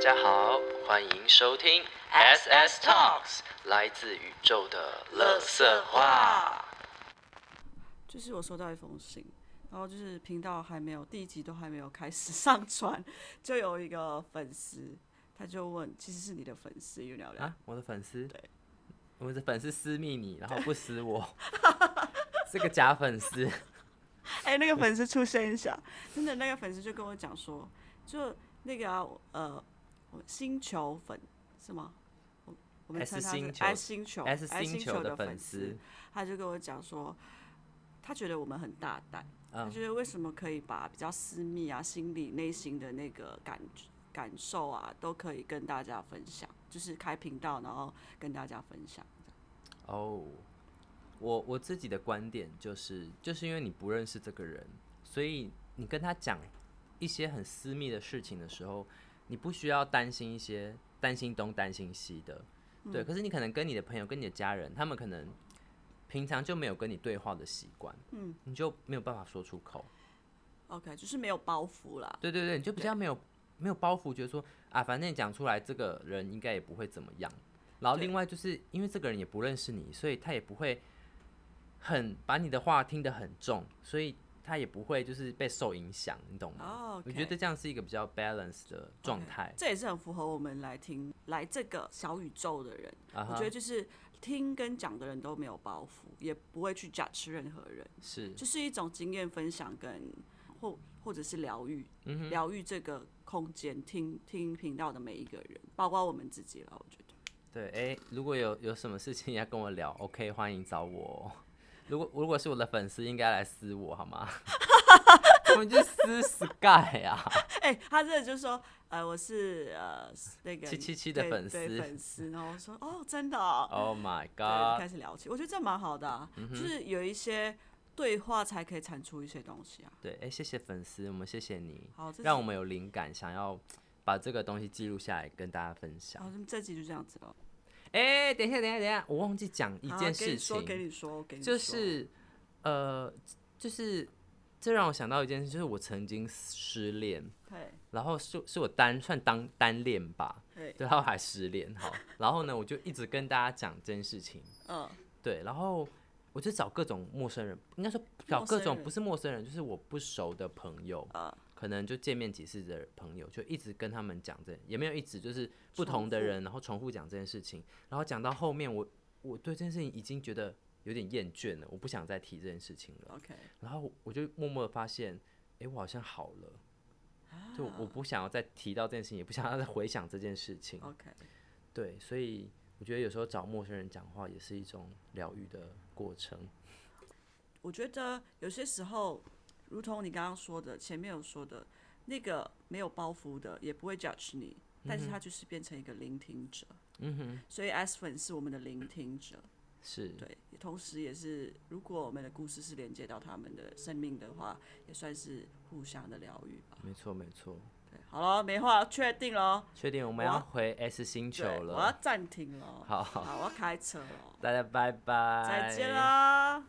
家好，欢迎收听 SS Talks，来自宇宙的乐色话。就是我收到一封信，然后就是频道还没有第一集都还没有开始 上传，就有一个粉丝他就问，其实是你的粉丝云聊聊，啊，我的粉丝，对，我的粉丝私密你，然后不私 我，是个假粉丝。哎、那个粉丝出现一下，真的那个粉丝就跟我讲说，就那个、啊、呃，我星球粉是吗？我我们 S 星称他是球 I 星球 S 星星球的的粉粉丝丝，，他就跟我讲说，他觉得我们很大胆，他嗯觉得为什么可以把比较私密啊、心理、内心的那个感感受啊，都可以跟大家分享，就是开频道，然后跟大家分享。哦，我我自己的观点就是，就是因为你不认识这个人，所以你跟他讲一些很私密的事情的时候，你不需要担心一些担心东担心西的，对。可是你可能跟你的朋友、跟你的家人，他们可能平常就没有跟你对话的习惯，嗯，你就没有办法说出口。 OK，就是没有包袱啦。对对对，你就比较没有没有包袱，觉得说啊，反正你讲出来，这个人应该也不会怎么样。然后对另外就是因为这个人也不认识你，所以他也不会很把你的话听得很重，所以他也不会就是被受影响，你懂吗？哦，我觉得这样是一个比较 balance 的状态。这也是很符合我们来听来这个小宇宙的人。啊我哈觉，得就是听跟讲的人都没有包袱，也不会去 judge 任何人。是就是一种经验分享跟或或者是疗愈，嗯疗愈、这个空间，听听频道的每一个人，包括我们自己了。我觉得 对。哎，如果有有什么事情要跟我聊，OK，欢迎找我哦。如果如果是我的粉丝，应该来私我好吗？ 我们就私 Sky 啊。，哎、他这就说，呃，我是呃那个777的对粉对丝粉丝，然后我说哦，真的、哦， Oh my 对，就 god！开始聊起，我觉得这蛮好的、啊，嗯就是有一些对话才可以产出一些东西啊。对，哎、谢谢粉丝，我们谢谢你，好，这让集我们有灵感，想要把这个东西记录下来跟大家分享好，。那么哦这集就这样子了。哎、等一下，等一下，等一下，我忘记讲一好件给事你说，给情，你说，给你说，就是呃，就是这让我想到一件事，就是我曾经失恋，嘿，然后是是我单算当单恋吧，嘿，对，然后还失恋，好，然后呢，我就一直跟大家讲这件事情，嗯，对，然后我就找各种陌生人，应该说找陌各生种人不是陌生人，就是我不熟的朋友，呃可能就见面几次的朋友，就一直跟他们讲这，也没有一直就是不重同的复人，然后重复讲这件事情，然后讲到后面我，我对这件事情已经觉得有点厌倦了，我不想再提这件事情了， ，OK，然后我就默默的发现，诶，我好像好了，啊就我不想要再提到这件事情，也不想要再回想这件事情， OK，对，所以我觉得有时候找陌生人讲话也是一种疗愈的过程。我觉得有些时候，如同你刚刚说的，前面有说的，那个没有包袱的也不会 judge 你，但是他就是变成一个聆听者。嗯哼，嗯所以 S 粉是我们的聆听者，是，对，同时也是如果我们的故事是连接到他们的生命的话，也算是互相的疗愈吧。没错没错。对，好了，没话确定喽，确定我们我要要回 S 星球对，我要了，暂停了，好好，我要开车了，大家拜拜，再见啦。